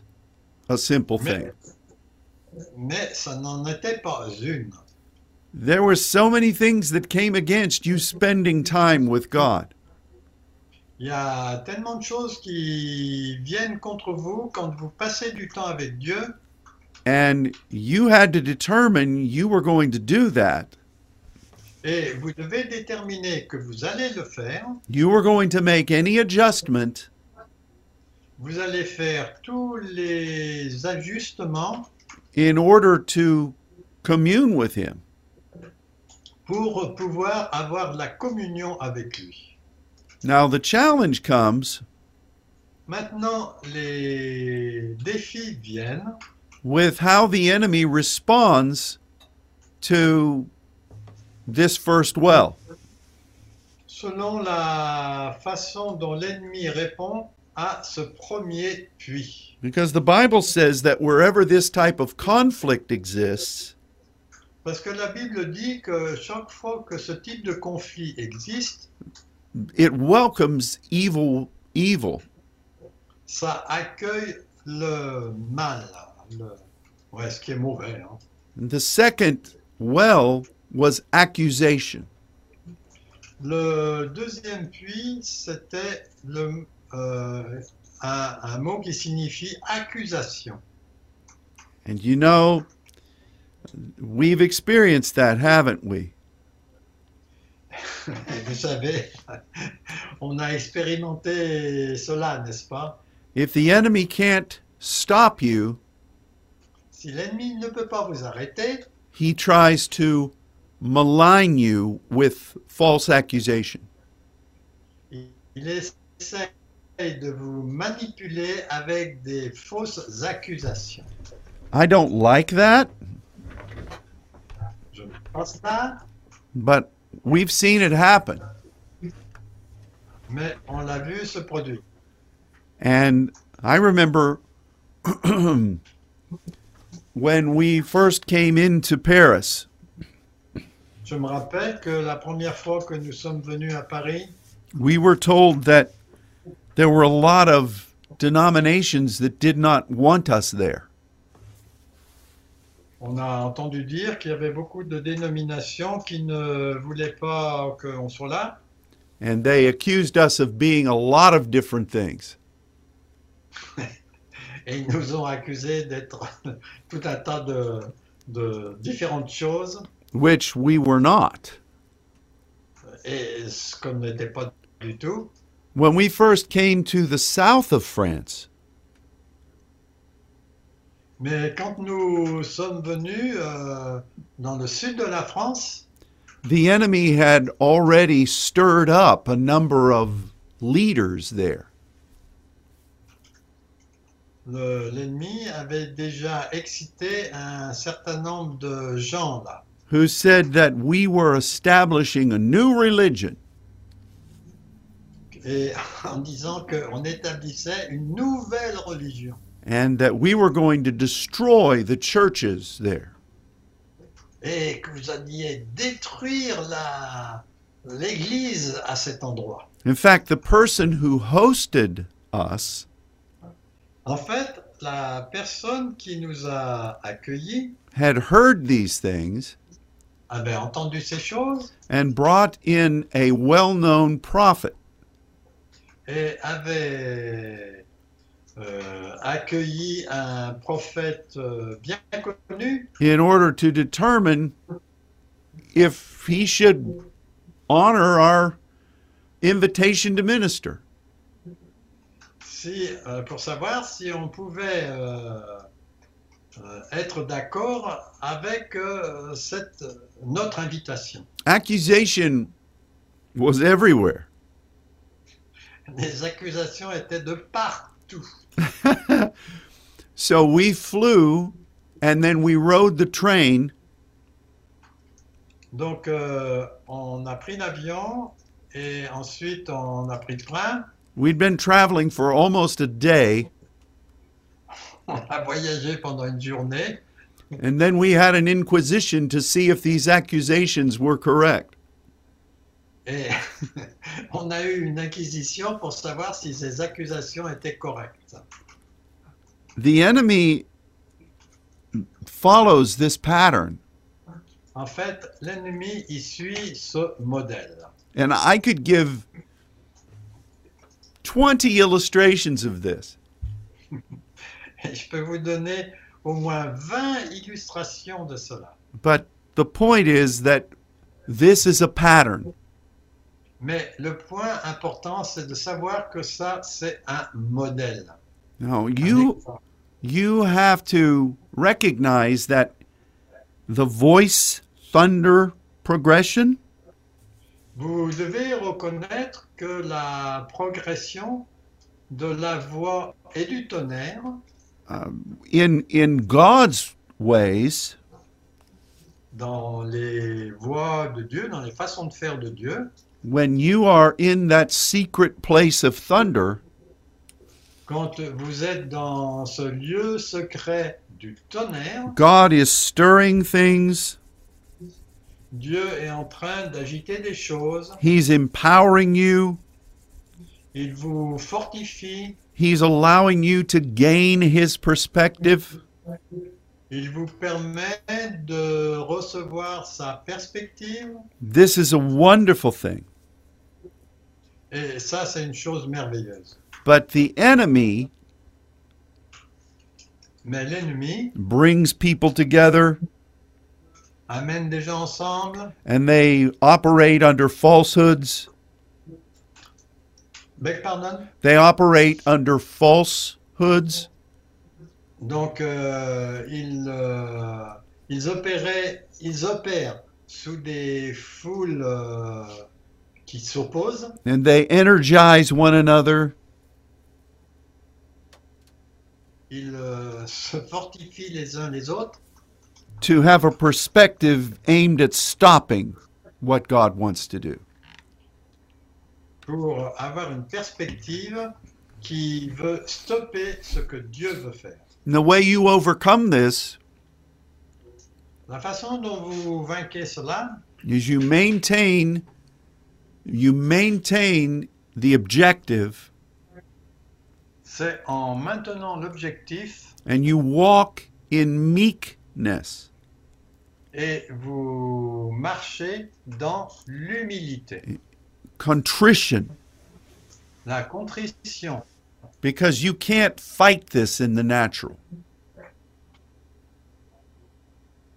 Speaker 1: a simple
Speaker 2: mais,
Speaker 1: thing.
Speaker 2: mais ça n'en était pas une.
Speaker 1: There were so many things that came against you spending time with God.
Speaker 2: Il y a tellement de choses qui viennent contre vous quand vous passez du temps avec Dieu
Speaker 1: And you had to determine you were going to do that.
Speaker 2: et vous devez déterminer que vous allez le faire.
Speaker 1: You were going to make any adjustment
Speaker 2: Vous allez faire tous les ajustements
Speaker 1: in order to commune with Him.
Speaker 2: pour pouvoir avoir la communion avec lui.
Speaker 1: Now, the challenge comes
Speaker 2: Maintenant, les défis viennent
Speaker 1: with how the enemy responds to this first well.
Speaker 2: selon la façon dont l'ennemi répond à ce premier puits.
Speaker 1: Because the Bible says that wherever this type of conflict exists,
Speaker 2: Parce que la Bible dit que chaque fois que ce type de conflit existe,
Speaker 1: it welcomes evil evil.
Speaker 2: ça accueille le mal, le- ouais, ce qui est mauvais. hein.
Speaker 1: The second well was accusation.
Speaker 2: Le deuxième puits, c'était le, euh, un, un mot qui signifie accusation.
Speaker 1: And you know, we've experienced that, haven't we?
Speaker 2: Et vous savez, on a expérimenté cela, n'est-ce pas
Speaker 1: If the enemy can't stop you,
Speaker 2: Si l'ennemi ne peut pas vous arrêter,
Speaker 1: he tries to malign you with false accusation.
Speaker 2: il il essaie de vous manipuler avec des fausses accusations.
Speaker 1: I don't like that,
Speaker 2: Je pense ça,
Speaker 1: but we've seen it happen.
Speaker 2: mais on l'a vu se produire.
Speaker 1: And I remember when we first came into Paris,
Speaker 2: Je me rappelle que la première fois que nous sommes venus à Paris,
Speaker 1: we were told that there were a lot of denominations that did not want us there.
Speaker 2: On a entendu dire qu'il y avait beaucoup de dénominations qui ne voulaient pas qu'on soit là.
Speaker 1: And they accused us of being a lot of different things.
Speaker 2: Et ils nous ont accusés d'être tout un tas de, de différentes choses,
Speaker 1: which we were not.
Speaker 2: et ce qu'on n'était pas du tout.
Speaker 1: When we first came to the south of France,
Speaker 2: Mais quand nous sommes venus euh, dans le sud de la France,
Speaker 1: the enemy had already stirred up a number of leaders there.
Speaker 2: le- l'ennemi avait déjà excité un certain nombre de gens là,
Speaker 1: Who said that we were establishing a new religion
Speaker 2: et en disant qu'on établissait une nouvelle religion.
Speaker 1: and that we were going to destroy the churches there?
Speaker 2: et que vous alliez détruire la l'église à cet endroit.
Speaker 1: In fact, the person who hosted us
Speaker 2: En fait, la personne qui nous a accueillis
Speaker 1: had heard these things
Speaker 2: avait entendu ces choses
Speaker 1: and brought in a well known prophet.
Speaker 2: et avait euh, accueilli un prophète euh, bien connu
Speaker 1: in order to determine if he should honor our invitation to minister.
Speaker 2: si, euh, pour savoir si on pouvait euh, euh, être d'accord avec euh, cette, notre invitation.
Speaker 1: Accusation was everywhere.
Speaker 2: Les accusations étaient de partout.
Speaker 1: So we flew and then we rode the train
Speaker 2: Donc, euh, on a pris l'avion et ensuite on a pris le train.
Speaker 1: We'd been traveling for almost a day,
Speaker 2: On a voyagé pendant une journée
Speaker 1: and then we had an inquisition to see if these accusations were correct.
Speaker 2: et on a eu une inquisition pour savoir si ces accusations étaient correctes.
Speaker 1: The enemy follows this pattern,
Speaker 2: En fait, l'ennemi y suit ce modèle.
Speaker 1: and I could give 20 illustrations of this.
Speaker 2: Et je peux vous donner au moins 20 illustrations de cela.
Speaker 1: But the point is that this is a pattern.
Speaker 2: Mais le point important, c'est de savoir que ça, c'est un modèle.
Speaker 1: Now
Speaker 2: Un
Speaker 1: you
Speaker 2: exemple.
Speaker 1: you have to recognize that the voice, thunder, progression
Speaker 2: Vous devez reconnaître que la progression de la voix et du tonnerre
Speaker 1: um, in in God's ways
Speaker 2: dans les voies de Dieu, dans les façons de faire de Dieu,
Speaker 1: when you are in that secret place of thunder
Speaker 2: quand vous êtes dans ce lieu secret du tonnerre,
Speaker 1: God is stirring things
Speaker 2: Dieu est en train d'agiter des choses,
Speaker 1: he's empowering you
Speaker 2: il vous fortifie,
Speaker 1: he's allowing you to gain his perspective
Speaker 2: il vous permet de recevoir sa perspective,
Speaker 1: this is a wonderful thing
Speaker 2: et ça c'est une chose merveilleuse.
Speaker 1: but the enemy
Speaker 2: Mais l'ennemi
Speaker 1: brings people together
Speaker 2: amène des gens ensemble,
Speaker 1: and they operate under falsehoods
Speaker 2: Beck pardon,
Speaker 1: they operate under falsehoods
Speaker 2: donc euh, ils, euh, ils, opéraient- ils opèrent sous des foules euh, qui s'opposent.
Speaker 1: and they energize one another
Speaker 2: Ils euh, se fortifient les uns les autres
Speaker 1: to have a perspective aimed at stopping what God wants to do.
Speaker 2: pour avoir une perspective qui veut stopper ce que Dieu veut faire.
Speaker 1: And the way you overcome this
Speaker 2: La façon dont vous vainquez cela,
Speaker 1: is you maintain you maintain the objective
Speaker 2: c'est en maintenant l'objectif
Speaker 1: and you walk in meekness.
Speaker 2: et vous marchez dans l'humilité,
Speaker 1: Contrition
Speaker 2: la contrition,
Speaker 1: because you can't fight this in the natural.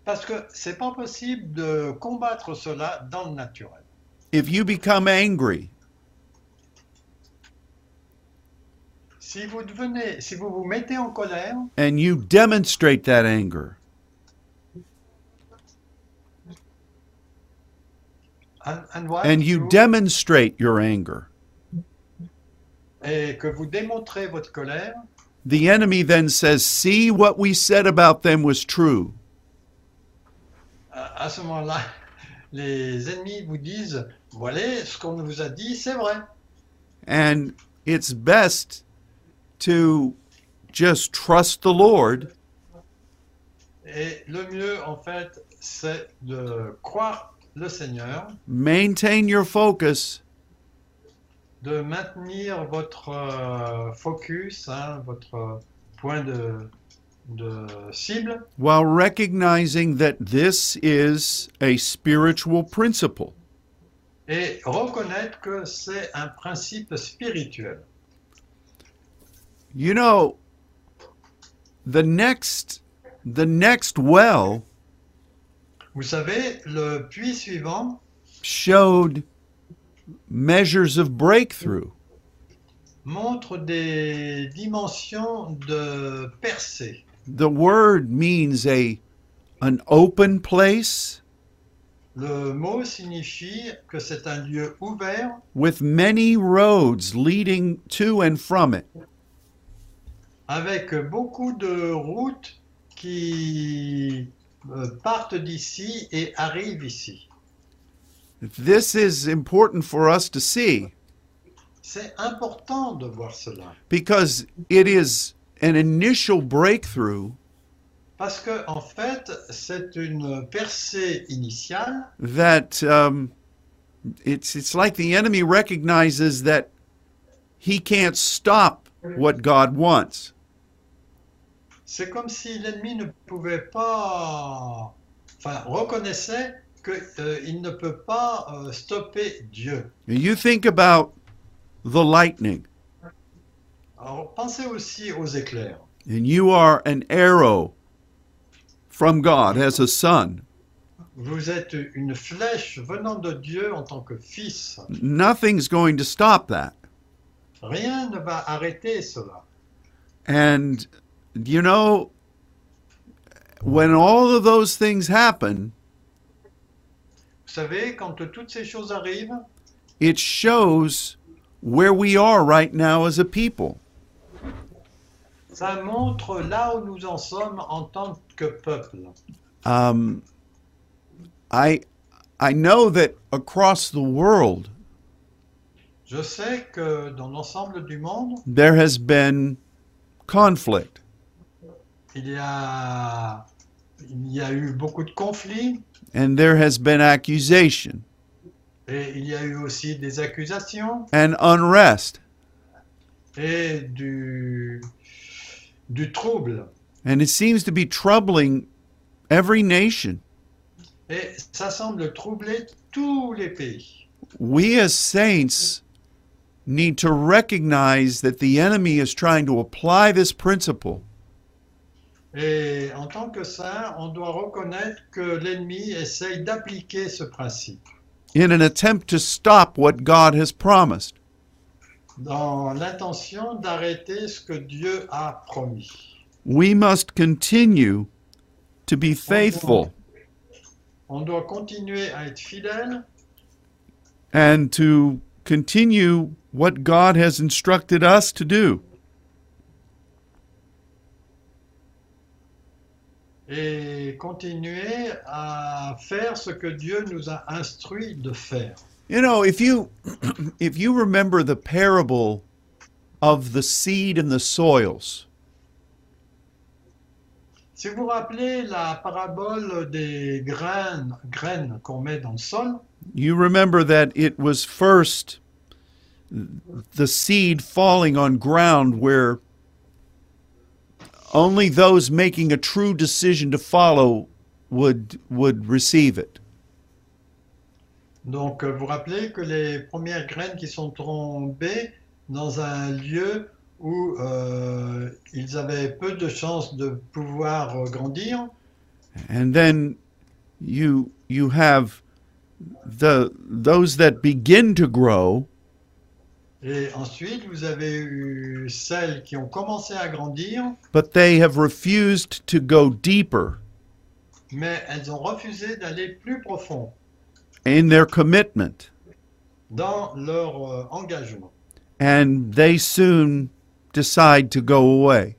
Speaker 2: parce que c'est pas possible de combattre cela dans le naturel.
Speaker 1: If you become angry,
Speaker 2: Si vous devenez, si vous vous mettez en colère
Speaker 1: and you demonstrate that anger,
Speaker 2: and- and what
Speaker 1: and you
Speaker 2: you-
Speaker 1: demonstrate your anger,
Speaker 2: et que vous démontrez votre colère,
Speaker 1: the enemy then says, See, what we said about them was true.
Speaker 2: À à ce moment-là, les ennemis vous disent, voilà, ce qu'on vous a dit, c'est vrai.
Speaker 1: And it's best to just trust the Lord
Speaker 2: Et le mieux, en fait, c'est de croire le Seigneur,
Speaker 1: maintain your focus
Speaker 2: de maintenir votre euh, focus, hein, votre point de, de cible,
Speaker 1: while recognizing that this is a spiritual principle.
Speaker 2: et reconnaître que c'est un principe spirituel.
Speaker 1: You know, the next the next well
Speaker 2: Vous savez, le puits suivant
Speaker 1: showed measures of breakthrough.
Speaker 2: montre des dimensions de percée.
Speaker 1: The word means a an open place
Speaker 2: Le mot signifie que c'est un lieu ouvert
Speaker 1: with many roads leading to and from it.
Speaker 2: avec beaucoup de routes qui euh, partent d'ici et arrivent ici.
Speaker 1: This is important for us to see
Speaker 2: C'est important de voir cela
Speaker 1: because it is an initial breakthrough
Speaker 2: parce que en fait, c'est une percée initiale
Speaker 1: that um, it's it's like the enemy recognizes that he can't stop what God wants.
Speaker 2: C'est comme si l'ennemi ne pouvait pas, enfin, reconnaissait qu'il ne peut pas euh, stopper Dieu.
Speaker 1: You think about the lightning,
Speaker 2: Alors, pensez aussi aux éclairs.
Speaker 1: and you are an arrow from God as a son.
Speaker 2: Vous êtes une flèche venant de Dieu en tant que fils.
Speaker 1: Nothing's going to stop that.
Speaker 2: Rien ne va arrêter cela.
Speaker 1: And you know, when all of those things happen,
Speaker 2: Vous savez, quand toutes ces choses arrivent,
Speaker 1: it shows where we are right now as a people.
Speaker 2: ça montre là où nous en sommes en tant que peuple.
Speaker 1: Um, I, I know that across the world,
Speaker 2: Je sais que dans l'ensemble du monde,
Speaker 1: there has been conflict.
Speaker 2: il y a, il y a eu beaucoup de conflits
Speaker 1: and there has been accusation
Speaker 2: et il y a eu aussi des accusations
Speaker 1: and unrest.
Speaker 2: et du, du trouble.
Speaker 1: And it seems to be troubling every nation.
Speaker 2: Et ça semble troubler tous les pays.
Speaker 1: We as saints need to recognize that the enemy is trying to apply this principle
Speaker 2: Et en tant que saint, on doit reconnaître que l'ennemi essaye d'appliquer ce principe
Speaker 1: in an attempt to stop what God has promised.
Speaker 2: dans l'intention d'arrêter ce que Dieu a promis.
Speaker 1: We must continue to be faithful
Speaker 2: On doit continuer à être fidèle
Speaker 1: and to continue what God has instructed us to do.
Speaker 2: et continuer à faire ce que Dieu nous a instruit de faire.
Speaker 1: You know, if you if you remember the parable of the seed and the soils,
Speaker 2: Si vous vous rappelez la parabole des graines, graines qu'on met dans le sol,
Speaker 1: you remember that it was first the seed falling on ground where only those making a true decision to follow would would receive it.
Speaker 2: Donc, euh, vous rappelez que les premières graines qui sont tombées dans un lieu où euh, ils avaient peu de chances de pouvoir euh, grandir,
Speaker 1: And then you you have the those that begin to grow
Speaker 2: et ensuite vous avez eu celles qui ont commencé à grandir,
Speaker 1: but they have refused to go deeper
Speaker 2: mais elles ont refusé d'aller plus profond
Speaker 1: in their commitment.
Speaker 2: dans leur euh, engagement.
Speaker 1: and they soon decide to go away.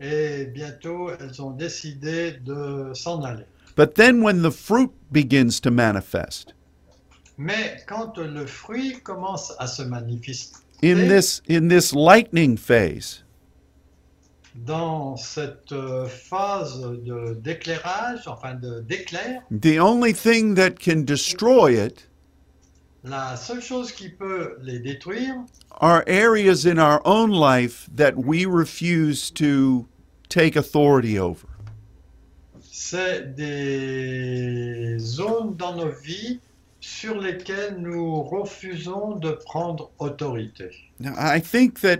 Speaker 2: Et bientôt, elles ont décidé de s'en aller.
Speaker 1: But then, when the fruit begins to manifest
Speaker 2: Mais quand le fruit commence à se manifester,
Speaker 1: in this in this lightning phase,
Speaker 2: dans cette euh, phase de- d'éclairage, enfin de- d'éclair,
Speaker 1: the only thing that can destroy it
Speaker 2: la seule chose qui peut les détruire,
Speaker 1: are areas in our own life that we refuse to take authority over.
Speaker 2: c'est des zones dans nos vies sur lesquelles nous refusons de prendre autorité.
Speaker 1: Now, I think that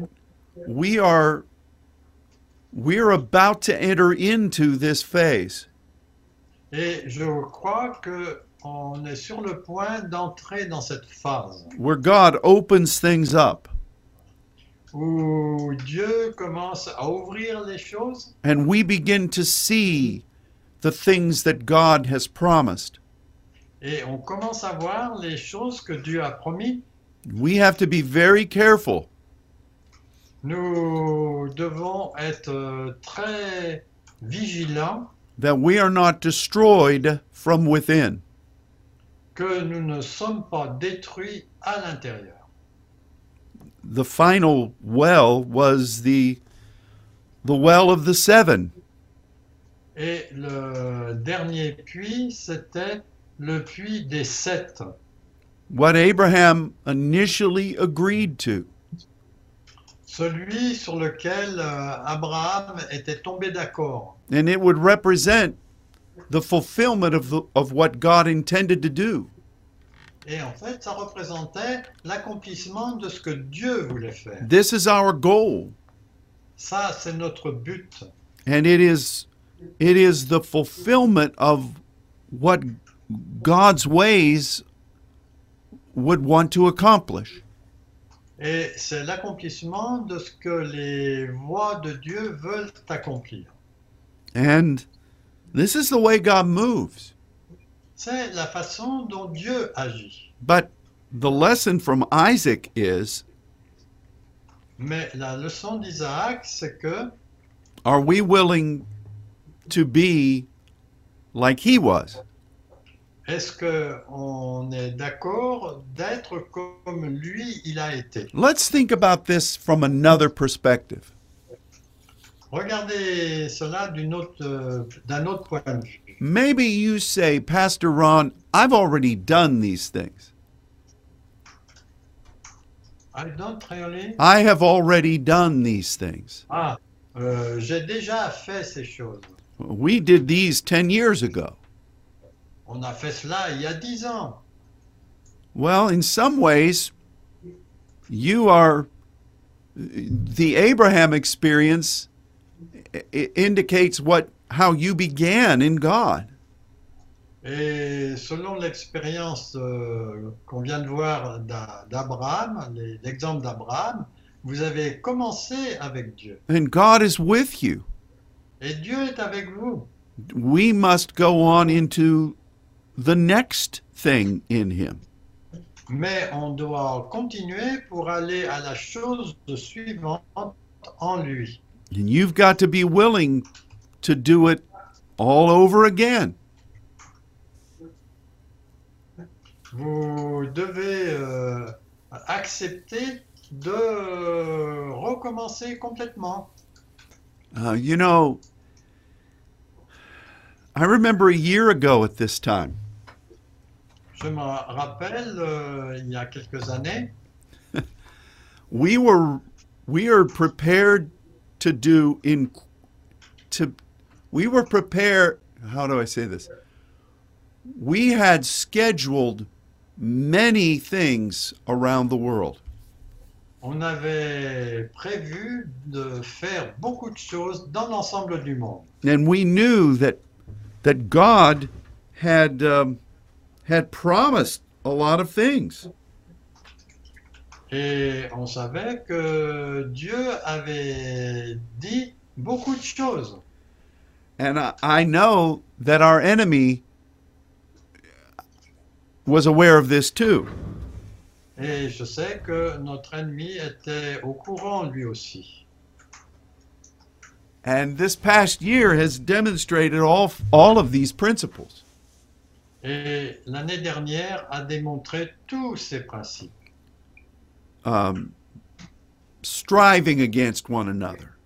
Speaker 1: we are we're about to enter into this phase.
Speaker 2: Et je crois que on est sur le point d'entrer dans cette phase
Speaker 1: where God opens things up
Speaker 2: où Dieu commence à ouvrir les choses
Speaker 1: and we begin to see the things that God has promised.
Speaker 2: et on commence à voir les choses que Dieu a promis
Speaker 1: We have to be very careful
Speaker 2: Nous devons être euh, très vigilants
Speaker 1: that we are not destroyed from within.
Speaker 2: que nous ne sommes pas détruits à l'intérieur.
Speaker 1: The final well was the the well of the seven.
Speaker 2: Et le dernier puits, c'était le puits des sept,
Speaker 1: What Abraham initially agreed to.
Speaker 2: celui sur lequel euh, Abraham était tombé d'accord.
Speaker 1: And it would represent the fulfillment of, the, of what God intended to do.
Speaker 2: Et en fait, ça représentait l'accomplissement de ce que Dieu voulait faire.
Speaker 1: This is our goal.
Speaker 2: Ça, c'est notre but.
Speaker 1: and it is it is the fulfillment of what God's ways would want to accomplish.
Speaker 2: Et c'est l'accomplissement de ce que les voies de Dieu veulent accomplir.
Speaker 1: And this is the way God moves.
Speaker 2: c'est la façon dont Dieu agit.
Speaker 1: But the lesson from Isaac is
Speaker 2: Mais la leçon d'Isaac, c'est que
Speaker 1: are we willing to be like he was?
Speaker 2: est-ce que on est d'accord d'être comme lui il a été
Speaker 1: Let's think about this from another perspective.
Speaker 2: Regardez cela d'une autre, euh, d'un autre point de vue.
Speaker 1: Maybe you say, Pastor Ron, I've already done these things.
Speaker 2: I don't really-
Speaker 1: I have already done these things.
Speaker 2: Ah, euh, j'ai déjà fait ces choses.
Speaker 1: We did these 10 years ago.
Speaker 2: On a fait cela il y a dix ans.
Speaker 1: Well, in some ways, you are the Abraham experience i- i- indicates what how you began in God.
Speaker 2: Et selon l'expérience euh, qu'on vient de voir d'A- d'Abraham, les- l'exemple d'Abraham, vous avez commencé avec Dieu.
Speaker 1: And God is with you.
Speaker 2: Et Dieu est avec vous.
Speaker 1: We must go on into the next thing in him.
Speaker 2: Mais on doit continuer pour aller à la chose suivante en lui.
Speaker 1: And you've got to be willing to do it all over again.
Speaker 2: Vous devez euh, accepter de euh, recommencer complètement.
Speaker 1: Uh, you know, I remember a year ago at this time,
Speaker 2: Je me rappelle, euh, il y a quelques années,
Speaker 1: we were we are prepared to do in to we were prepared how do I say this? We had scheduled many things around the world.
Speaker 2: on avait prévu de faire beaucoup de choses dans l'ensemble du monde.
Speaker 1: and we knew that that God had um, had promised a lot of things,
Speaker 2: Et on savait que Dieu avait dit beaucoup de choses.
Speaker 1: and I, I know that our enemy was aware of this too.
Speaker 2: Et je sais que notre ennemi était au courant lui aussi.
Speaker 1: And this past year has demonstrated all all of these principles.
Speaker 2: Et l'année dernière a démontré tous ces principes.
Speaker 1: Um, striving against one another,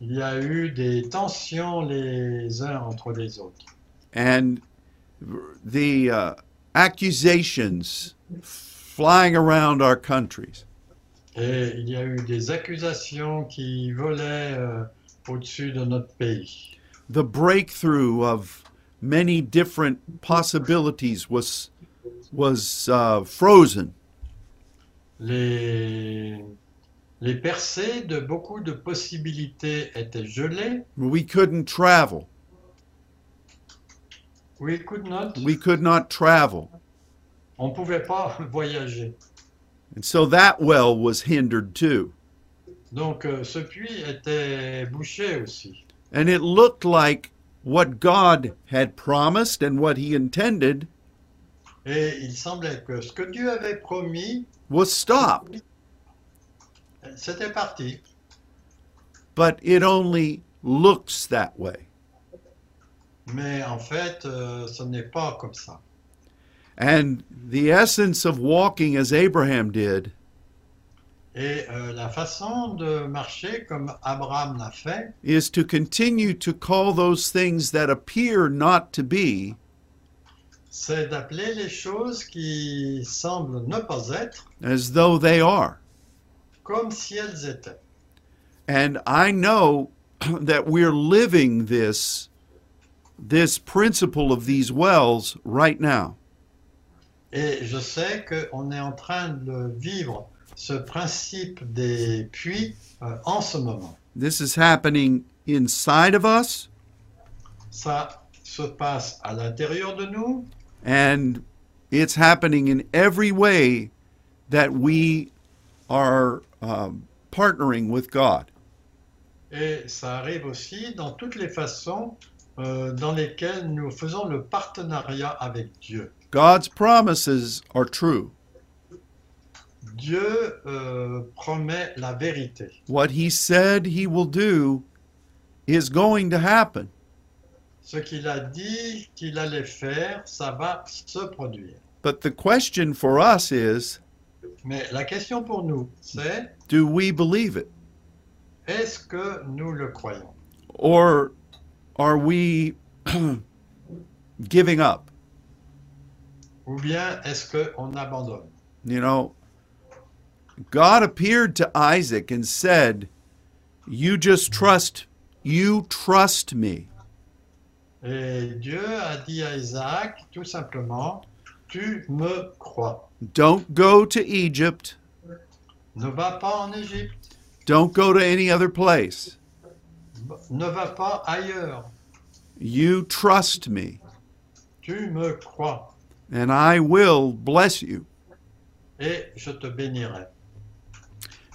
Speaker 2: Il y a eu des tensions les uns entre les autres.
Speaker 1: and the uh, accusations flying around our countries.
Speaker 2: Et il y a eu des accusations qui volaient euh, au-dessus de notre pays.
Speaker 1: the breakthrough of many different possibilities was was uh, frozen.
Speaker 2: Les, les percées de beaucoup de possibilités étaient gelées.
Speaker 1: We couldn't travel.
Speaker 2: Oui, coup de note,
Speaker 1: We could not travel,
Speaker 2: on ne pouvait pas voyager.
Speaker 1: and so that well was hindered too.
Speaker 2: Donc euh, ce puits était bouché aussi.
Speaker 1: And it looked like what God had promised and what He intended
Speaker 2: Et il semblait que ce que Dieu avait promis,
Speaker 1: was stopped,
Speaker 2: c'était parti.
Speaker 1: but it only looks that way.
Speaker 2: Mais en fait, euh, ce n'est pas comme ça.
Speaker 1: And the essence of walking as Abraham did
Speaker 2: Et euh, la façon de marcher comme Abraham l'a fait,
Speaker 1: is to continue to call those things that appear not to be
Speaker 2: c'est d'appeler les choses qui semblent ne pas être
Speaker 1: as though they are.
Speaker 2: comme si elles étaient.
Speaker 1: And I know that we're living this this principle of these wells right now.
Speaker 2: Et je sais qu'on est en train de vivre ce principe des puits euh, en ce moment.
Speaker 1: This is happening inside of us
Speaker 2: Ça se passe à l'intérieur de nous
Speaker 1: and it's happening in every way that we are um, partnering with God.
Speaker 2: Et ça arrive aussi dans toutes les façons euh, dans lesquels nous faisons le partenariat avec Dieu.
Speaker 1: God's promises are true.
Speaker 2: Dieu euh, promet la vérité.
Speaker 1: What he said he will do is going to happen.
Speaker 2: Ce qu'il a dit qu'il allait faire, ça va se produire.
Speaker 1: But the question for us is
Speaker 2: Mais la question pour nous, c'est
Speaker 1: do we believe it?
Speaker 2: est-ce que nous le croyons
Speaker 1: Or are we giving up?
Speaker 2: Ou bien est-ce qu'on abandonne
Speaker 1: You know, God appeared to Isaac and said, You just trust, you trust me.
Speaker 2: Et Dieu a dit à Isaac, tout simplement, tu me crois.
Speaker 1: Don't go to Egypt.
Speaker 2: Ne va pas en Égypte,
Speaker 1: Don't go to any other place.
Speaker 2: ne va pas ailleurs,
Speaker 1: You trust me,
Speaker 2: tu me crois
Speaker 1: and I will bless you.
Speaker 2: et je te bénirai.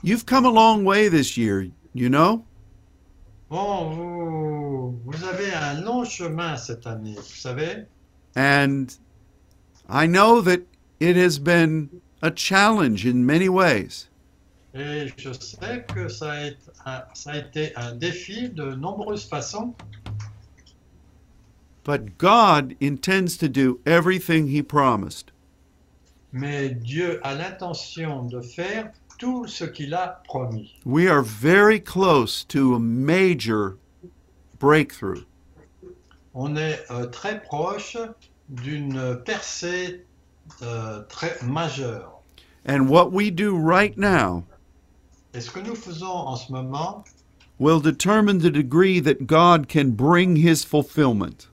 Speaker 1: You've come a long way this year, you know?
Speaker 2: Bon, vous, vous avez un long chemin cette année, vous savez,
Speaker 1: And I know that it has been a challenge in many ways.
Speaker 2: et je sais que ça a, été un, ça a été un défi de nombreuses façons,
Speaker 1: But God intends to do everything He promised.
Speaker 2: mais Dieu a l'intention de faire tout ce qu'il a promis.
Speaker 1: We are very close to a major breakthrough.
Speaker 2: On est euh, très proche d'une percée euh, très majeure.
Speaker 1: And what we do right now
Speaker 2: Et ce que nous faisons en ce moment
Speaker 1: will determine the degree that God can bring His fulfillment.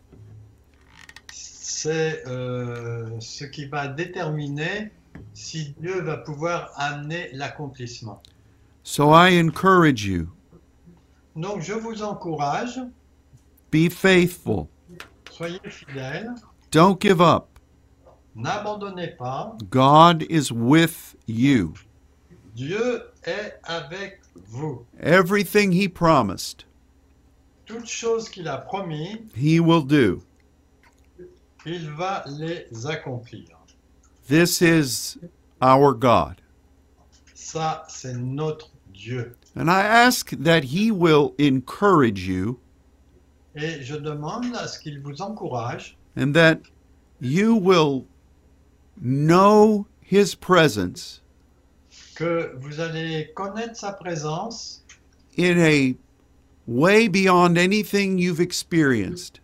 Speaker 2: c'est euh, ce qui va déterminer si Dieu va pouvoir amener l'accomplissement.
Speaker 1: So I encourage you
Speaker 2: Donc je vous encourage,
Speaker 1: be faithful,
Speaker 2: soyez fidèles,
Speaker 1: don't give up.
Speaker 2: n'abandonnez pas,
Speaker 1: God is with you.
Speaker 2: Dieu est avec vous.
Speaker 1: Everything He promised,
Speaker 2: Toutes choses qu'il a promis,
Speaker 1: He will do.
Speaker 2: il va les accomplir.
Speaker 1: This is our God.
Speaker 2: Ça, c'est notre Dieu.
Speaker 1: And I ask that He will encourage you
Speaker 2: Et je demande à ce qu'il vous encourage
Speaker 1: and that you will know His presence
Speaker 2: que vous allez connaître sa présence
Speaker 1: in a way beyond anything you've experienced.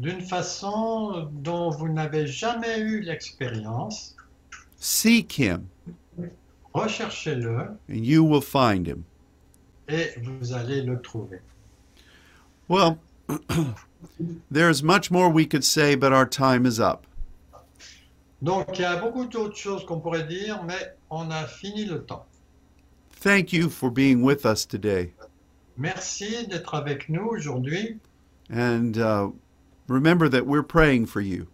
Speaker 2: d'une façon dont vous n'avez jamais eu l'expérience.
Speaker 1: Seek Him
Speaker 2: Recherchez-le
Speaker 1: and you will find Him.
Speaker 2: et vous allez le trouver.
Speaker 1: Well, there is much more we could say, but our time is up.
Speaker 2: Donc il y a beaucoup d'autres choses qu'on pourrait dire, mais on a fini le temps.
Speaker 1: Thank you for being with us today.
Speaker 2: Merci d'être avec nous aujourd'hui.
Speaker 1: And uh, remember that we're praying for you.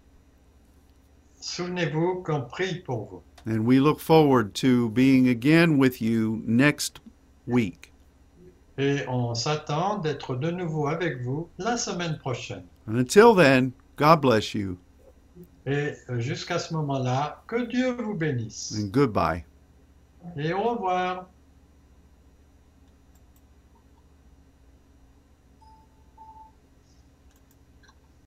Speaker 2: Souvenez-vous qu'on prie pour vous.
Speaker 1: And we look forward to being again with you next week.
Speaker 2: Et on s'attend d'être de nouveau avec vous la semaine prochaine.
Speaker 1: And until then, God bless you
Speaker 2: Et euh, jusqu'à ce moment-là, que Dieu vous bénisse.
Speaker 1: and goodbye.
Speaker 2: Et au revoir.